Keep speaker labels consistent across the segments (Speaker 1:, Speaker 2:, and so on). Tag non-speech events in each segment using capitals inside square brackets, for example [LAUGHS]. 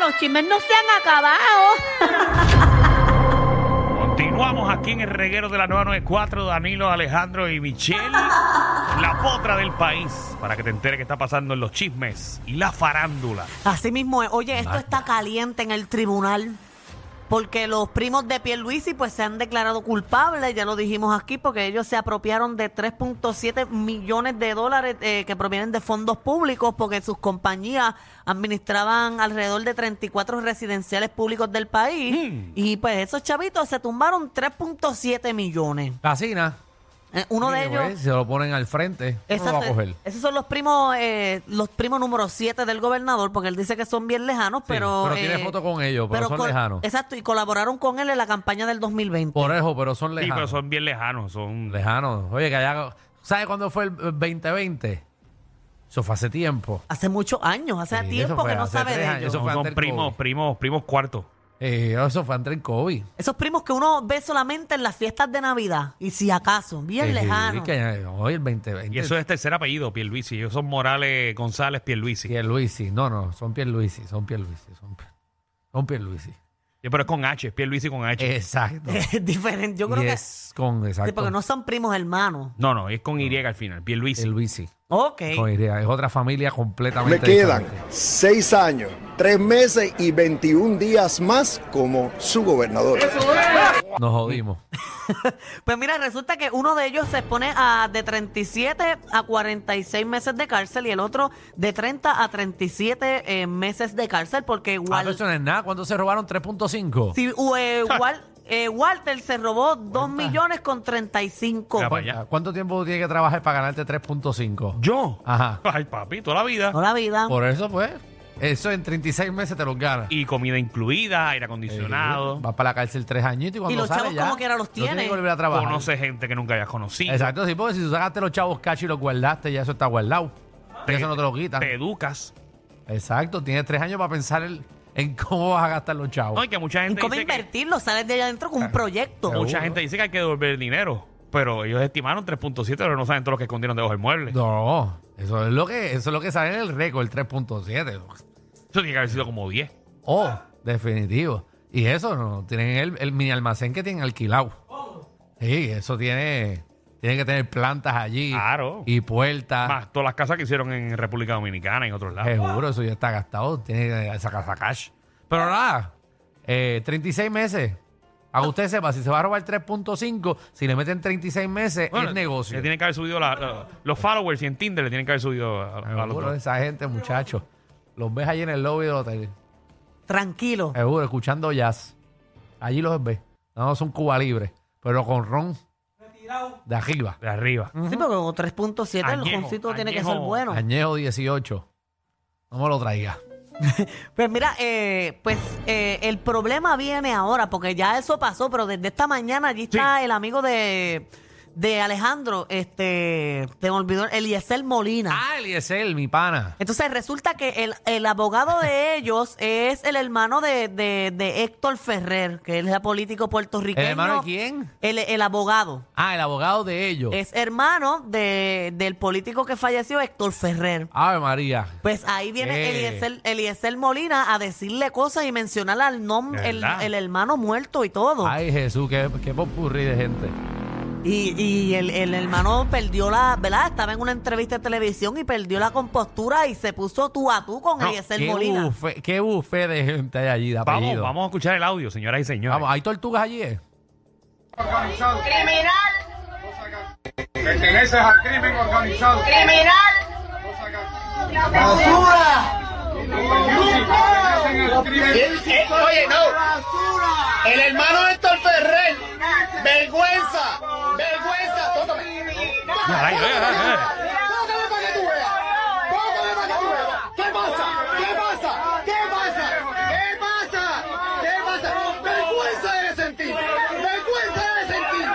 Speaker 1: los chismes no se han acabado.
Speaker 2: Continuamos aquí en el reguero de la 994, Danilo, Alejandro y Michelle, la potra del país, para que te entere qué está pasando en los chismes y la farándula.
Speaker 3: Así mismo es. Oye, esto está caliente en el tribunal. Porque los primos de Pierluisi pues se han declarado culpables, ya lo dijimos aquí, porque ellos se apropiaron de 3.7 millones de dólares eh, que provienen de fondos públicos, porque sus compañías administraban alrededor de 34 residenciales públicos del país.
Speaker 2: Mm.
Speaker 3: Y pues esos chavitos se tumbaron 3.7 millones.
Speaker 4: Casina.
Speaker 3: Eh, uno de
Speaker 4: Sí,
Speaker 3: ellos...
Speaker 4: pues, se lo ponen al frente. ¿Cómo lo va a
Speaker 3: Exacto.
Speaker 4: coger?
Speaker 3: Esos son los primos, eh, los primos número 7 del gobernador, porque él dice que son bien lejanos, pero.
Speaker 4: pero tiene
Speaker 3: eh,
Speaker 4: foto con ellos, pero son
Speaker 3: col-
Speaker 4: lejanos.
Speaker 3: Exacto, y colaboraron con él en la campaña del 2020.
Speaker 4: Por eso, pero son
Speaker 2: Sí, pero
Speaker 4: lejanos.
Speaker 2: son bien lejanos, son
Speaker 4: Lejanos. Oye, que allá. ¿Sabes cuándo fue el 2020? Eso fue hace tiempo.
Speaker 3: Hace muchos años, hace
Speaker 4: Sí, eso
Speaker 3: tiempo
Speaker 4: fue
Speaker 3: que no
Speaker 4: hace
Speaker 3: sabe
Speaker 4: tres
Speaker 3: de
Speaker 4: años.
Speaker 3: ellos.
Speaker 4: Eso fue
Speaker 2: son
Speaker 4: antes del
Speaker 2: primos,
Speaker 4: COVID.
Speaker 2: primos, primos cuartos.
Speaker 4: Eh, eso fue antes del COVID.
Speaker 3: Esos primos que uno ve solamente en las fiestas de Navidad, y si acaso, bien
Speaker 4: Sí,
Speaker 3: lejanos.
Speaker 4: Eh, que allá- Oye, el 2020.
Speaker 2: Y eso es tercer apellido, Pierluisi. Ellos son Morales González Pierluisi.
Speaker 4: Pierluisi. No, no, son Pierluisi, son Pierluisi. Son, son Pierluisi.
Speaker 2: Sí, Eh, Pero es con H, es Pierluisi con
Speaker 4: Eh.
Speaker 2: H.
Speaker 4: Exacto.
Speaker 3: [LAUGHS] Es diferente, [LAUGHS] yo creo
Speaker 4: Y
Speaker 3: que. sí,
Speaker 4: es con exacto.
Speaker 3: porque no son primos hermanos.
Speaker 2: No, no, es con Y al final, Pierluisi.
Speaker 4: Pierluisi.
Speaker 3: Ok.
Speaker 4: Con Y. Es otra familia
Speaker 5: Me
Speaker 4: completamente
Speaker 5: quedan
Speaker 4: diferente.
Speaker 5: seis años, tres meses y 21 días más como su gobernador.
Speaker 4: Nos jodimos.
Speaker 3: Pues mira, resulta que uno de ellos se expone a de 37 a 46 meses de cárcel y el otro de 30 a 37 eh, meses de cárcel porque
Speaker 4: Ah,
Speaker 3: igual
Speaker 4: pero eso no es nada. ¿Cuándo se robaron 3.5?
Speaker 3: si, u- eh, Wal- eh, Walter se robó 2 millones con 35.
Speaker 2: Mira, pa' allá.
Speaker 4: Ah, ¿Cuánto tiempo tiene que trabajar para ganarte 3.5?
Speaker 2: ¿Yo?
Speaker 4: Ajá.
Speaker 2: Ay, papi, toda la vida.
Speaker 4: Ah.
Speaker 3: No la vida.
Speaker 4: Por eso, pues, eso en 36 meses te los ganas.
Speaker 2: Y comida incluida, aire acondicionado.
Speaker 4: Vas para la cárcel tres añitos y cuando
Speaker 3: Y los
Speaker 4: sales
Speaker 3: chavos
Speaker 4: ya,
Speaker 3: como quiera los
Speaker 4: no tienes
Speaker 3: tiene.
Speaker 4: que volver a trabajar.
Speaker 2: Conoce gente que nunca hayas conocido.
Speaker 4: Exacto, sí, porque si tú sacaste los chavos cacho y los guardaste, ya eso está guardado.
Speaker 2: Te-
Speaker 4: Ya eso no te lo quitan.
Speaker 2: Te educas.
Speaker 4: Exacto, tienes tres años para pensar el- en cómo vas a gastar los chavos.
Speaker 2: No, y que mucha
Speaker 3: ¿En
Speaker 2: gente
Speaker 3: cómo
Speaker 2: dice que-
Speaker 3: invertirlo? Sales de allá adentro con un proyecto.
Speaker 4: Seguro.
Speaker 2: Mucha gente dice que hay que devolver dinero, pero ellos estimaron 3.7, pero no saben todo lo que escondieron debajo del mueble.
Speaker 4: No, eso es lo que, eso es lo que sale en el récord, el 3.7.
Speaker 2: Eso tiene que haber sido como 10.
Speaker 4: Oh, definitivo. Y eso, no, tienen el, el mini almacén que tienen alquilado. Sí, eso tiene, tienen que tener plantas allí.
Speaker 2: Claro.
Speaker 4: Y puertas.
Speaker 2: Más todas las casas que hicieron en República Dominicana y en otros lados.
Speaker 4: Seguro, eso ya está gastado. Tiene esa casa cash. Pero nada, eh, 36 meses. A usted sepa, si se va a robar 3.5, si le meten 36 meses,
Speaker 2: Bueno,
Speaker 4: es negocio.
Speaker 2: Le tienen que haber subido la- la- los followers y en Tinder le tienen que haber subido a, a los
Speaker 4: Seguro,
Speaker 2: dos.
Speaker 4: esa gente, muchachos. Los ves allí en el lobby del hotel.
Speaker 3: Tranquilo.
Speaker 4: [LAUGHS] Seguro, escuchando jazz. Allí los ves. No, son Cuba Libre, pero con ron de arriba.
Speaker 2: de arriba.
Speaker 3: Sí, porque con 3.7 el
Speaker 2: Añejo,
Speaker 3: joncito tiene que
Speaker 2: añejo.
Speaker 3: ser bueno.
Speaker 4: Añejo 18. No me lo traiga.
Speaker 3: Pues mira, eh, pues eh, el problema viene ahora, porque ya eso pasó, pero desde esta mañana allí está el amigo de, de Alejandro, este, te me olvidó, Eliezer Molina.
Speaker 4: Ah, Eliezer, mi pana.
Speaker 3: Entonces resulta que el, el abogado de ellos es el hermano de, de- de Héctor Ferrer, que él es político puertorriqueño.
Speaker 4: ¿El hermano de quién?
Speaker 3: El, el abogado.
Speaker 4: Ah, el abogado de ellos.
Speaker 3: Es hermano de- del político que falleció, Héctor Ferrer.
Speaker 4: Ave María.
Speaker 3: Pues ahí viene
Speaker 4: Eh.
Speaker 3: Eliezer, Eliezer Molina a decirle cosas y mencionar al nombre, el,
Speaker 2: ¿Verdad?
Speaker 3: el hermano muerto y todo.
Speaker 4: Ay, Jesús, qué, qué popurrí de gente.
Speaker 3: Y, y el, el hermano perdió la, ¿verdad? Estaba en una entrevista de televisión y perdió la compostura y se puso tú a tú con
Speaker 2: No,
Speaker 3: Eliezer
Speaker 4: Qué
Speaker 3: Molina.
Speaker 4: buffet, qué buffet de gente hay allí de
Speaker 2: Vamos,
Speaker 4: apellido.
Speaker 2: vamos a escuchar el audio, señoras y señores.
Speaker 4: Vamos, ¿hay tortugas allí? eh?
Speaker 6: Criminal,
Speaker 7: Perteneces al crimen organizado.
Speaker 6: criminal.
Speaker 7: Perteneces al crimen.
Speaker 6: Él- él- oye, no. El hermano de Héctor Ferrer. Vergüenza. Vergüenza. Tócame.
Speaker 2: Ay, ay, ay, ay.
Speaker 6: Tócame para que tú veas. Tócame para que tú veas. ¿Qué pasa? ¿Qué pasa? ¿Qué pasa? ¿Qué pasa? ¿Qué pasa? Vergüenza debe sentir. Vergüenza debe sentir.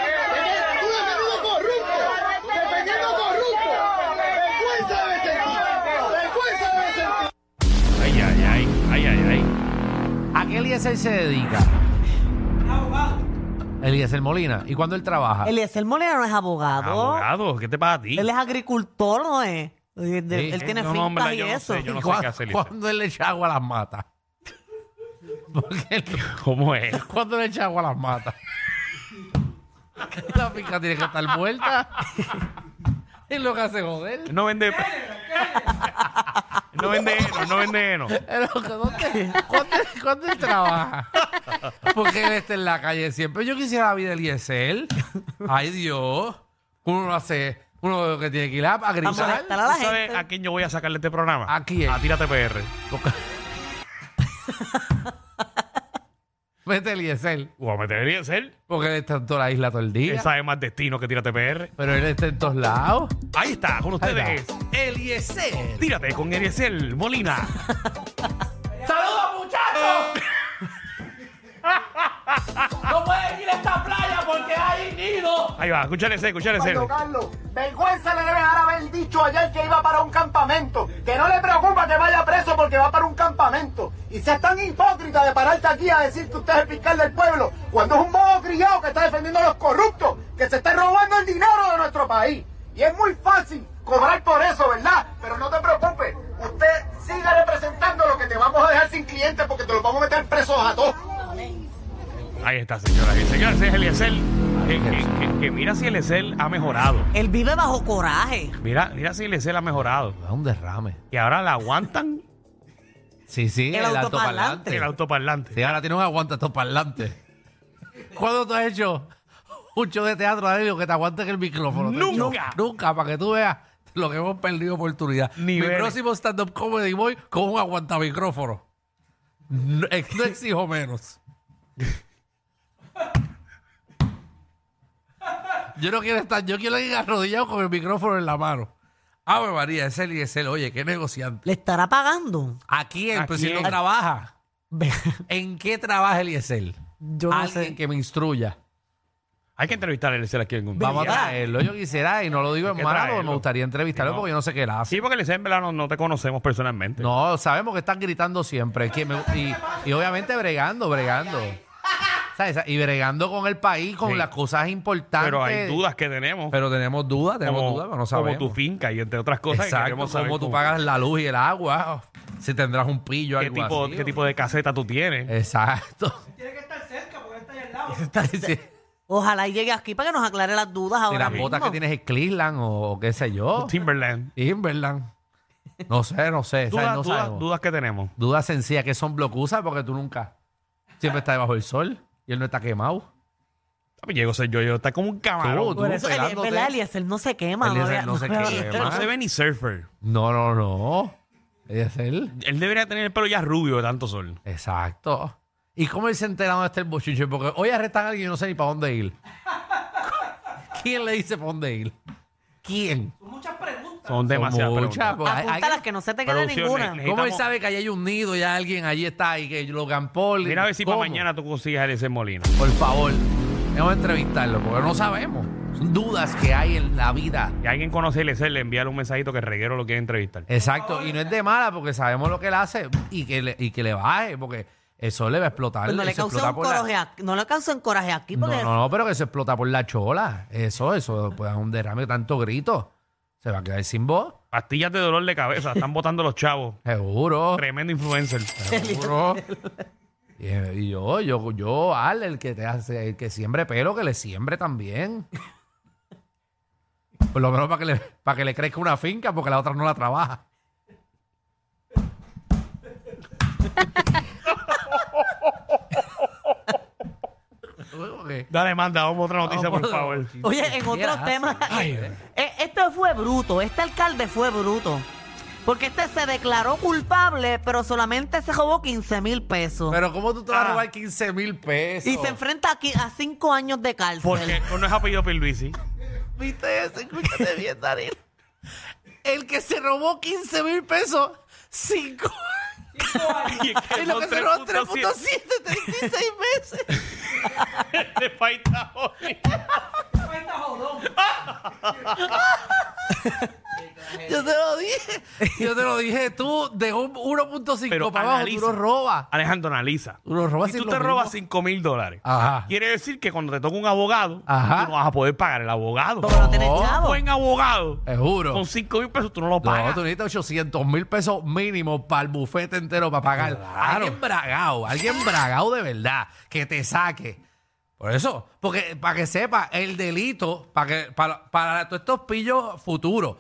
Speaker 6: Tú defendiendo corrupto. Defendiendo corrupto. Vergüenza debe sentir. Vergüenza debe sentir.
Speaker 2: Ay, ay, ay, ay, ay, ay.
Speaker 4: ¿A qué Eliezer se dedica? Eliezer Molina. ¿Y cuándo él trabaja?
Speaker 3: Eliezer Molina no es abogado.
Speaker 2: Abogado, ¿qué te pasa a ti?
Speaker 3: Él es agricultor, ¿no es? Él,
Speaker 4: Sí.
Speaker 3: él tiene
Speaker 2: eh, No, no,
Speaker 3: fincas
Speaker 2: hombre,
Speaker 3: y
Speaker 2: yo no
Speaker 3: eso.
Speaker 4: [LAUGHS]
Speaker 2: sé, yo no
Speaker 4: ¿Y
Speaker 2: sé
Speaker 4: cuán-
Speaker 2: qué hace Eliezer.
Speaker 4: ¿Cuándo él le echa agua a las matas? [LAUGHS] Porque
Speaker 2: ¿Cómo es?
Speaker 4: cuando le echa agua las mata. La pica tiene que estar vuelta. [LAUGHS] es lo que hace joder.
Speaker 2: No
Speaker 4: [LAUGHS]
Speaker 2: vende. no vende heno, no vende heno.
Speaker 4: Es lo que- ¿Dónde, ¿cuándo, cuándo él trabaja? Porque él está en la calle siempre. Yo quisiera la vida del ISL. Ay, Dios. Uno lo hace. Uno que tiene que ir a, a
Speaker 3: A
Speaker 4: gritar.
Speaker 3: molestar a la
Speaker 2: ¿Tú sabes a
Speaker 3: gente.
Speaker 2: quién yo voy a sacarle este programa?
Speaker 4: ¿A quién?
Speaker 2: A Tírate PR.
Speaker 4: Vete al ISL.
Speaker 2: O a meter el ser.
Speaker 4: Porque él está en toda la isla todo el día.
Speaker 2: Él sabe más destino que Tírate PR.
Speaker 4: Pero él está en todos lados.
Speaker 2: Ahí está, con
Speaker 4: Ahí
Speaker 2: ustedes.
Speaker 4: está.
Speaker 2: Eliezer. Tírate con Eliezer Molina.
Speaker 8: [LAUGHS] ¡Saludos,
Speaker 2: [LAUGHS]
Speaker 8: muchachos! ¡No pueden ir a esta playa porque hay nido!
Speaker 2: Ahí va, escúchale ese, escúchale ese.
Speaker 6: Mario Carlos, vergüenza le deben haber dicho ayer que iba para un campamento. Que no le preocupa que vaya preso porque va para un campamento. Y seas tan hipócrita de pararte aquí a decir que usted es el fiscal del pueblo, cuando es un bobo criado que está defendiendo a los corruptos, que se está robando el dinero de nuestro país. Y es muy fácil cobrar por eso, ¿verdad? Pero no te preocupes, usted siga representando lo que te vamos a dejar sin clientes porque te los vamos a meter presos a todos.
Speaker 2: Ahí está, señoras y señores. Ese es Eliezer. Que, que- que- que mira si Eliezer ha mejorado.
Speaker 3: Él vive bajo coraje.
Speaker 2: Mira, mira si Eliezer ha mejorado.
Speaker 4: Es un derrame.
Speaker 2: Y ahora la aguantan
Speaker 4: Sí, sí,
Speaker 3: El
Speaker 4: el,
Speaker 3: autoparlante.
Speaker 4: autoparlante.
Speaker 2: el autoparlante.
Speaker 4: Sí, ahora tiene un aguanta autoparlante. ¿Cuándo tú has hecho un show de teatro, Danilo, que te aguantes el micrófono?
Speaker 2: Nunca.
Speaker 4: nunca, para que tú veas lo que hemos perdido oportunidad.
Speaker 2: Niveles.
Speaker 4: Mi próximo stand-up comedy voy con un aguantamicrófono. No, ex- no exijo menos. Yo no quiero estar, yo quiero ir arrodillado con el micrófono en la mano. Ave María, es él y es él. Oye, qué negociante.
Speaker 3: ¿Le estará pagando?
Speaker 4: ¿A quién?
Speaker 2: ¿A
Speaker 4: Pues si
Speaker 2: quién?
Speaker 4: no trabaja. ¿En qué trabaja Eliezer?
Speaker 3: Yo no
Speaker 4: Alguien
Speaker 3: sé.
Speaker 4: que me instruya.
Speaker 2: Hay que entrevistar a Eliezer aquí en un
Speaker 4: Vamos a eh.
Speaker 2: día.
Speaker 4: traerlo. Yo quisiera, y no lo digo
Speaker 2: Hay
Speaker 4: en
Speaker 2: que
Speaker 4: malo,
Speaker 2: traerlo.
Speaker 4: porque me gustaría entrevistarlo
Speaker 2: Sí, no.
Speaker 4: porque yo no sé qué él hace.
Speaker 2: Sí, porque Eliezer en verdad no, no te conocemos personalmente.
Speaker 4: No, sabemos que están gritando siempre. que me- y, y obviamente bregando, bregando. ¿Sabes? Y bregando con el país, con
Speaker 2: Sí.
Speaker 4: las cosas importantes.
Speaker 2: Pero hay dudas que tenemos.
Speaker 4: Pero tenemos dudas, tenemos
Speaker 2: como,
Speaker 4: dudas, pero
Speaker 2: como
Speaker 4: no sabemos.
Speaker 2: tu finca y entre otras cosas. que
Speaker 4: Exacto,
Speaker 2: queremos saber
Speaker 4: cómo tú
Speaker 2: cómo-
Speaker 4: pagas la luz y el agua. Si tendrás un pillo,
Speaker 2: ¿Qué
Speaker 4: algo
Speaker 2: tipo,
Speaker 4: así,
Speaker 2: ¿Qué
Speaker 4: o-
Speaker 2: tipo de caseta tú tienes?
Speaker 4: Exacto. Tiene que estar cerca porque está ahí al lado.
Speaker 3: Ojalá y llegue aquí para que nos aclare las dudas
Speaker 4: Si
Speaker 3: ahora
Speaker 4: las
Speaker 3: mismo.
Speaker 4: botas que tienes es Cleveland o qué sé yo.
Speaker 2: Timberland.
Speaker 4: Timberland. No sé, no sé. ¿sabes?
Speaker 2: Dudas,
Speaker 4: no
Speaker 2: dudas-
Speaker 4: sabemos.
Speaker 2: dudas que tenemos.
Speaker 4: Dudas sencillas que son blocusas porque tú nunca. Siempre estás debajo del sol y él no está quemado.
Speaker 2: Llego a ser yo, yo está como un
Speaker 4: Tú,
Speaker 2: camarón.
Speaker 4: tú
Speaker 3: Por eso, el,
Speaker 4: pelándote.
Speaker 3: ¿verdad? Eliezer no se quema. [LAUGHS]
Speaker 4: Eliezer no se
Speaker 3: vea-
Speaker 4: quema.
Speaker 2: Él no se ve ni surfer.
Speaker 4: No, no, no. Es él.
Speaker 2: Él debería tener el pelo ya rubio de tanto sol.
Speaker 4: Exacto. ¿Y cómo él se entera dónde está el bochiche? este Porque hoy arrestan a alguien y no sé ni para dónde ir. [LAUGHS] ¿Quién le dice para dónde ir? ¿Quién?
Speaker 2: Son demasiadas
Speaker 4: Son muchas,
Speaker 2: preguntas.
Speaker 4: porque hay- eh,
Speaker 3: Apunta
Speaker 4: hay-
Speaker 3: las que no se te quede
Speaker 2: Producción,
Speaker 3: ninguna.
Speaker 2: ne-
Speaker 4: ¿Cómo él
Speaker 2: Necesitamos-
Speaker 4: sabe que allí hay un nido y alguien allí está y que lo Paul?
Speaker 2: Mira a ver si para
Speaker 4: ¿Cómo?
Speaker 2: mañana tú consigues a ese molino.
Speaker 4: Por favor, vamos a entrevistarlo porque no sabemos. Son dudas que hay en la vida.
Speaker 2: Y alguien conoce a Eliezer, le envíale un mensajito que el reguero lo quiere entrevistar.
Speaker 4: Exacto, y no es de mala porque sabemos lo que él hace y que le, y que le baje porque eso le va a explotar.
Speaker 3: Pero Pues no le
Speaker 4: eso
Speaker 3: causó
Speaker 4: explota
Speaker 3: un
Speaker 4: por la-
Speaker 3: coraje aquí. No le causó un coraje aquí
Speaker 4: No,
Speaker 3: porque
Speaker 4: no, no, pero que se explota por la chola. Eso, eso, pues es un derrame, tanto grito. Se va a quedar sin voz,
Speaker 2: Pastillas de dolor de cabeza, están [LAUGHS] botando los chavos.
Speaker 4: seguro.
Speaker 2: Tremendo [LAUGHS] influencer.
Speaker 4: Seguro. Y, y yo, yo, yo, Al, el que te hace, el que siembre pelo, que le siembre también. Por lo menos para que le, para que le crezca una finca, porque la otra no la trabaja.
Speaker 2: Dale, manda, vamos a otra noticia, por
Speaker 4: Vamos,
Speaker 2: favor.
Speaker 3: Oye, en otros
Speaker 4: Quieras.
Speaker 3: temas, eh, este fue bruto, este alcalde fue bruto. Porque este se declaró culpable, pero solamente se robó 15 mil pesos.
Speaker 4: [LAUGHS] Pero ¿cómo tú te vas
Speaker 2: Ah.
Speaker 4: a robar 15 mil pesos?
Speaker 3: y se enfrenta aquí a cinco años de cárcel.
Speaker 2: Porque no es apellido Pierluisi.
Speaker 4: ¿Viste eso? Escúchate bien, Daniel. El que se robó 15 mil pesos, 5
Speaker 2: [LAUGHS] Y
Speaker 4: [LAUGHS]
Speaker 2: es que
Speaker 4: Y lo que
Speaker 2: son
Speaker 4: se
Speaker 2: 3.7.
Speaker 4: robó 3.7, 36 [LAUGHS] meses.
Speaker 2: Este país está jodido.
Speaker 4: Yo te lo dije. Yo te lo dije. Tú de un 1.5
Speaker 2: Pero
Speaker 4: para abajo,
Speaker 2: analiza.
Speaker 4: tú lo robas.
Speaker 2: Alejandro, analiza.
Speaker 4: Tú lo robas
Speaker 2: Si
Speaker 4: sin
Speaker 2: tú
Speaker 4: lo
Speaker 2: te
Speaker 4: mismo.
Speaker 2: robas 5 mil dólares,
Speaker 4: Ajá.
Speaker 2: quiere decir que cuando te toca un abogado,
Speaker 4: Ajá.
Speaker 2: tú no vas a poder pagar el abogado.
Speaker 3: Porque no tienes
Speaker 4: No,
Speaker 2: Un
Speaker 3: chavo.
Speaker 2: buen abogado,
Speaker 4: Te juro.
Speaker 2: con 5 mil pesos tú no lo
Speaker 4: No,
Speaker 2: pagas.
Speaker 4: tú necesitas 800 mil pesos mínimo para el bufete entero para pagar. Alguien bragado, alguien bragado de verdad, que te saque. Por eso, porque para que sepa, el delito, para que para, para todos estos pillos futuros,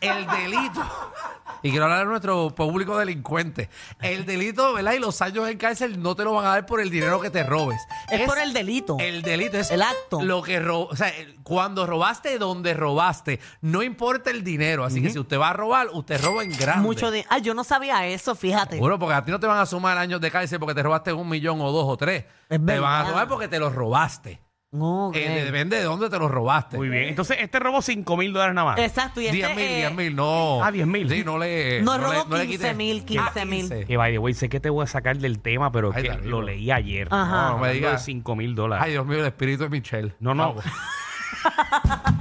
Speaker 4: el delito, [LAUGHS] y quiero hablar de nuestro público delincuente, el delito, ¿verdad? Y los años en cárcel no te lo van a dar por el dinero que te robes.
Speaker 3: Es por el delito.
Speaker 4: El delito es
Speaker 3: El acto.
Speaker 4: Lo que ro- o sea, el- cuando robaste, donde robaste, no importa el dinero. Así que si usted va a robar, usted roba en grande.
Speaker 3: Mucho de. Ay, yo no sabía eso, fíjate.
Speaker 4: Seguro, porque a ti no te van a sumar años de cárcel porque te robaste un millón o dos o tres.
Speaker 3: Es
Speaker 4: te van
Speaker 3: verdad.
Speaker 4: a robar porque te los robaste.
Speaker 3: Ok.
Speaker 4: Eh, depende de dónde te los robaste.
Speaker 2: Muy bien. Entonces, este robó 5 mil dólares nada más.
Speaker 3: Exacto. Y
Speaker 4: 10
Speaker 3: este,
Speaker 4: mil,
Speaker 3: eh,
Speaker 4: 10 mil, no.
Speaker 2: Ah, 10.000.
Speaker 4: Sí, no le.
Speaker 3: No,
Speaker 4: le-
Speaker 3: robó
Speaker 4: le Ah,
Speaker 3: 15.000,
Speaker 4: quites.
Speaker 3: 15.000.
Speaker 2: Que by the way, sé que te voy a sacar del tema, pero
Speaker 4: Ay,
Speaker 2: que
Speaker 4: Danilo.
Speaker 2: lo leí ayer.
Speaker 3: Ajá.
Speaker 4: No, no me
Speaker 2: Hablando de
Speaker 4: digas.
Speaker 2: 5 mil dólares.
Speaker 4: Ay, Dios mío, el espíritu de Michelle.
Speaker 2: no, no. [LAUGHS]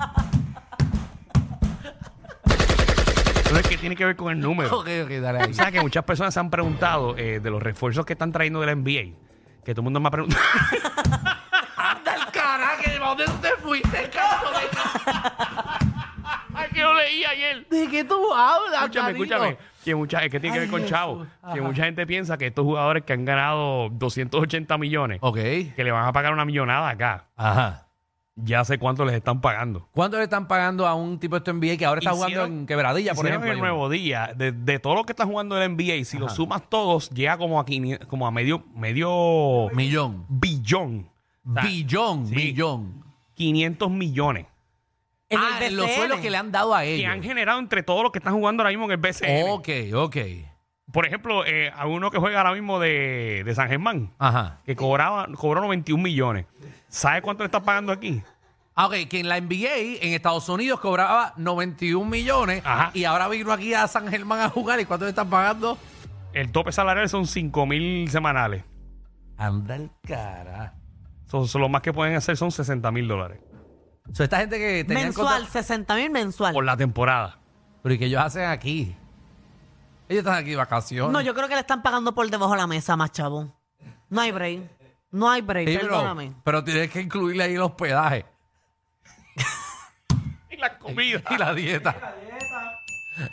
Speaker 2: Pero es que tiene que ver con el número.
Speaker 4: [LAUGHS] Ok, ok, dale ahí.
Speaker 2: O sea, que muchas personas se han preguntado eh, de los refuerzos que están trayendo de la NBA. Que todo el mundo me ha preguntado.
Speaker 4: ¡Anda el carajo! ¿De dónde tú te fuiste, cabrón?
Speaker 2: [LAUGHS] Ay, que lo leí ayer.
Speaker 4: [LAUGHS] ¿De qué tú hablas,
Speaker 2: Escúchame,
Speaker 4: Danilo?
Speaker 2: escúchame. Que mucha, es que tiene que ver con Chavo. Que mucha gente piensa que estos jugadores que han ganado 280 millones,
Speaker 4: Ok.
Speaker 2: que le van a pagar una millonada acá.
Speaker 4: Ajá.
Speaker 2: Ya sé cuánto les están pagando.
Speaker 4: ¿Cuánto le están pagando a un tipo de este NBA que ahora está jugando
Speaker 2: Hicieron-
Speaker 4: en Quebradilla, por
Speaker 2: Hicieron
Speaker 4: ejemplo?
Speaker 2: el nuevo día, de, de todo lo que está jugando el NBA, si lo sumas todos, llega como a, 500 como a medio, medio
Speaker 4: Millón.
Speaker 2: billón. O sea,
Speaker 4: Billón,
Speaker 2: sí.
Speaker 4: billón.
Speaker 2: 500 millones.
Speaker 3: en
Speaker 4: ah,
Speaker 3: el
Speaker 4: en los
Speaker 3: BCN.
Speaker 4: suelos que le han dado a
Speaker 2: Que han
Speaker 4: ellos.
Speaker 2: generado entre todos los que están jugando ahora mismo en el BCN.
Speaker 4: Ok, ok.
Speaker 2: Por ejemplo, eh, a uno que juega ahora mismo de, de San Germán,
Speaker 4: Ajá.
Speaker 2: que cobraba, cobró 91 millones. ¿Sabe cuánto le están pagando aquí?
Speaker 4: Ah, Ok, que en la NBA en Estados Unidos cobraba 91 millones
Speaker 2: Ajá.
Speaker 4: y ahora vino aquí a San Germán a jugar. ¿Y cuánto le están pagando?
Speaker 2: El tope salarial son 5 mil semanales.
Speaker 4: Anda el cara.
Speaker 2: So- so lo más que pueden hacer son 60 mil dólares
Speaker 4: O sea, esta gente que tenían
Speaker 3: Mensual,
Speaker 4: contra-
Speaker 3: 60 mil mensual.
Speaker 2: por la temporada.
Speaker 4: Pero ¿y qué ellos hacen aquí? Ellos están aquí de vacaciones.
Speaker 3: No, yo creo que le están pagando por debajo de la mesa más, chavo. No hay break. No hay break,
Speaker 4: Sí, pero,
Speaker 3: perdóname.
Speaker 4: pero tienes que incluirle ahí el hospedaje
Speaker 2: [LAUGHS] Y las comidas.
Speaker 4: y la dieta.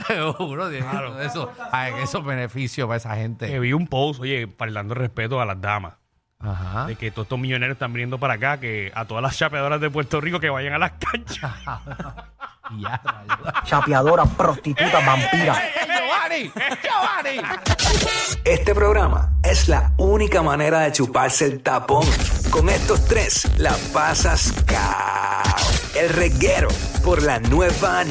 Speaker 4: Seguro, tienes que
Speaker 2: Claro.
Speaker 4: eso, ah, en esos beneficios para esa
Speaker 2: Que
Speaker 4: gente.
Speaker 2: vi un post, oye, faltando el respeto a las damas.
Speaker 4: Ajá.
Speaker 2: De que todos estos millonarios están viniendo para acá, que a todas las chapeadoras de Puerto Rico que vayan a las canchas.
Speaker 4: Ya, rayos.
Speaker 9: chapeadora, prostituta, vampira.
Speaker 4: ¡Giovanni! ¡Giovanni!
Speaker 10: Este programa es la única manera de chuparse el tapón. Con estos tres la pasas cao. El reguero por la nueva